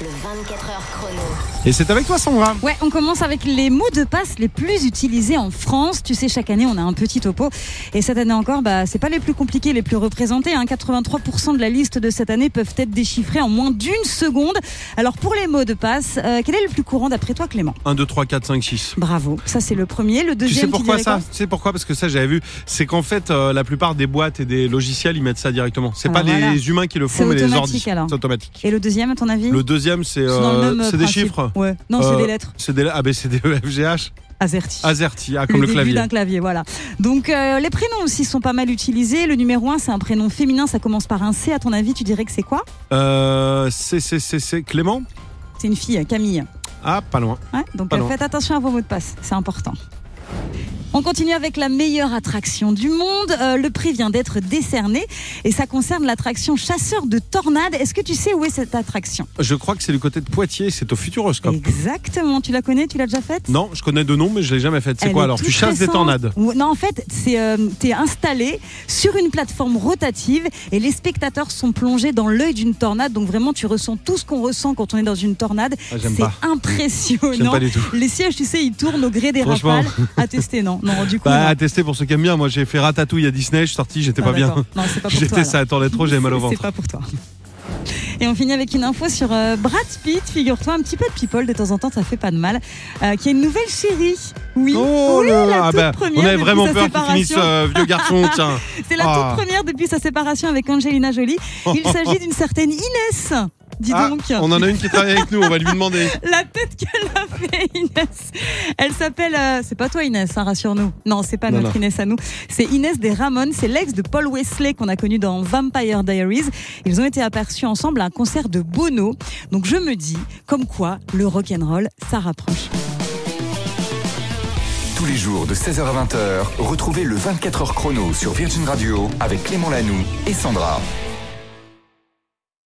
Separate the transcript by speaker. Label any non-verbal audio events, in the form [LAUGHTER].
Speaker 1: Le 24 heures chrono.
Speaker 2: Et c'est avec toi, Sandra.
Speaker 3: Ouais, on commence avec les mots de passe les plus utilisés en France. Tu sais, chaque année, on a un petit topo. Et cette année encore, bah, c'est pas les plus compliqués, les plus représentés. hein. 83% de la liste de cette année peuvent être déchiffrés en moins d'une seconde. Alors, pour les mots de passe, euh, quel est le plus courant d'après toi, Clément
Speaker 2: 1, 2, 3, 4, 5, 6.
Speaker 3: Bravo. Ça, c'est le premier. Le
Speaker 2: Tu
Speaker 3: deuxième,
Speaker 2: sais pourquoi
Speaker 3: dirais
Speaker 2: ça
Speaker 3: quoi
Speaker 2: Tu sais pourquoi Parce que ça, j'avais vu. C'est qu'en fait, euh, la plupart des boîtes et des logiciels, ils mettent ça directement. C'est
Speaker 3: Ah,
Speaker 2: pas
Speaker 3: voilà.
Speaker 2: les humains qui le
Speaker 3: C'est
Speaker 2: font, mais les ordi.
Speaker 3: automatique, alors.
Speaker 2: C'est automatique.
Speaker 3: Et le deuxième, à ton avis
Speaker 2: Le deuxième, c'est
Speaker 3: C'est dans le
Speaker 2: euh,
Speaker 3: même, euh,
Speaker 2: c'est des
Speaker 3: principe.
Speaker 2: chiffres.
Speaker 3: Ouais. Non, c'est
Speaker 2: Euh,
Speaker 3: des lettres.
Speaker 2: C'est des A, B, C, D, E, F, G, H.
Speaker 3: Azerty.
Speaker 2: AZERTY, ah, comme le,
Speaker 3: début
Speaker 2: clavier.
Speaker 3: d'un clavier, voilà. Donc euh, les prénoms aussi sont pas mal utilisés. Le numéro 1, c'est un prénom féminin, ça commence par un C. À ton avis, tu dirais que c'est quoi
Speaker 2: Euh, c'est, c'est, c'est, c'est Clément
Speaker 3: C'est une fille, Camille.
Speaker 2: Ah, pas loin.
Speaker 3: Ouais, donc
Speaker 2: Pas
Speaker 3: euh,
Speaker 2: loin.
Speaker 3: faites attention à vos mots de passe, c'est important. On continue avec la meilleure attraction du monde. Euh, le prix vient d'être décerné et ça concerne l'attraction Chasseur de Tornades. Est-ce que tu sais où est cette attraction
Speaker 2: Je crois que c'est du côté de Poitiers, c'est au Futuroscope.
Speaker 3: Exactement, tu la connais, tu l'as déjà faite
Speaker 2: Non, je connais de nom, mais je l'ai jamais fait. C'est
Speaker 3: Elle
Speaker 2: quoi
Speaker 3: est
Speaker 2: alors Tu
Speaker 3: toute
Speaker 2: chasses des
Speaker 3: récente.
Speaker 2: tornades
Speaker 3: Ou- Non, en fait, c'est euh, t'es installé sur une plateforme rotative et les spectateurs sont plongés dans l'œil d'une tornade. Donc vraiment, tu ressens tout ce qu'on ressent quand on est dans une tornade.
Speaker 2: Ah, j'aime pas.
Speaker 3: c'est
Speaker 2: J'aime
Speaker 3: impressionnant.
Speaker 2: pas du tout.
Speaker 3: Les sièges, tu sais, ils tournent au gré des
Speaker 2: Franchement.
Speaker 3: rafales. À tester, non, non, du coup.
Speaker 2: Bah,
Speaker 3: non.
Speaker 2: à tester pour ceux qui aiment bien. Moi, j'ai fait ratatouille à Disney, je suis sorti, j'étais
Speaker 3: Ah,
Speaker 2: pas bien.
Speaker 3: d'accord. Non, c'est pas pour toi.
Speaker 2: J'étais,
Speaker 3: alors.
Speaker 2: ça attendait trop, j'avais mal au ventre.
Speaker 3: C'est pas pour toi. Et on finit avec une info sur euh, Brad Pitt. Figure-toi, un petit peu de people de temps en temps, ça fait pas de mal. euh, qui a une nouvelle chérie. Oui.
Speaker 2: Oh
Speaker 3: Oui,
Speaker 2: là
Speaker 3: la
Speaker 2: là, ah
Speaker 3: toute
Speaker 2: bah,
Speaker 3: première
Speaker 2: on avait
Speaker 3: depuis
Speaker 2: vraiment
Speaker 3: sa
Speaker 2: peur qu'il finisse
Speaker 3: séparation.
Speaker 2: euh, vieux garçon, tiens.
Speaker 3: C'est la
Speaker 2: Ah.
Speaker 3: toute première depuis sa séparation avec Angelina Jolie. Il s'agit d'une certaine Inès. [LAUGHS] Dis
Speaker 2: Ah,
Speaker 3: donc.
Speaker 2: on en a une qui travaille avec nous, on va lui demander.
Speaker 3: La tête qu'elle a fait, Inès. Elle s'appelle. euh, c'est pas toi, Inès, hein, rassure-nous. Non, c'est pas
Speaker 2: Non,
Speaker 3: notre
Speaker 2: non.
Speaker 3: Inès à nous. C'est Inès des Ramones. C'est l'ex de Paul Wesley qu'on a connu dans Vampire Diaries. Ils ont été aperçus ensemble à un concert de Bono. Donc je me dis, comme quoi, le rock'n'roll, ça rapproche.
Speaker 4: Tous les jours de 16h à 20h, retrouvez le 24h chrono sur Virgin Radio avec Clément Lanoux et Sandra.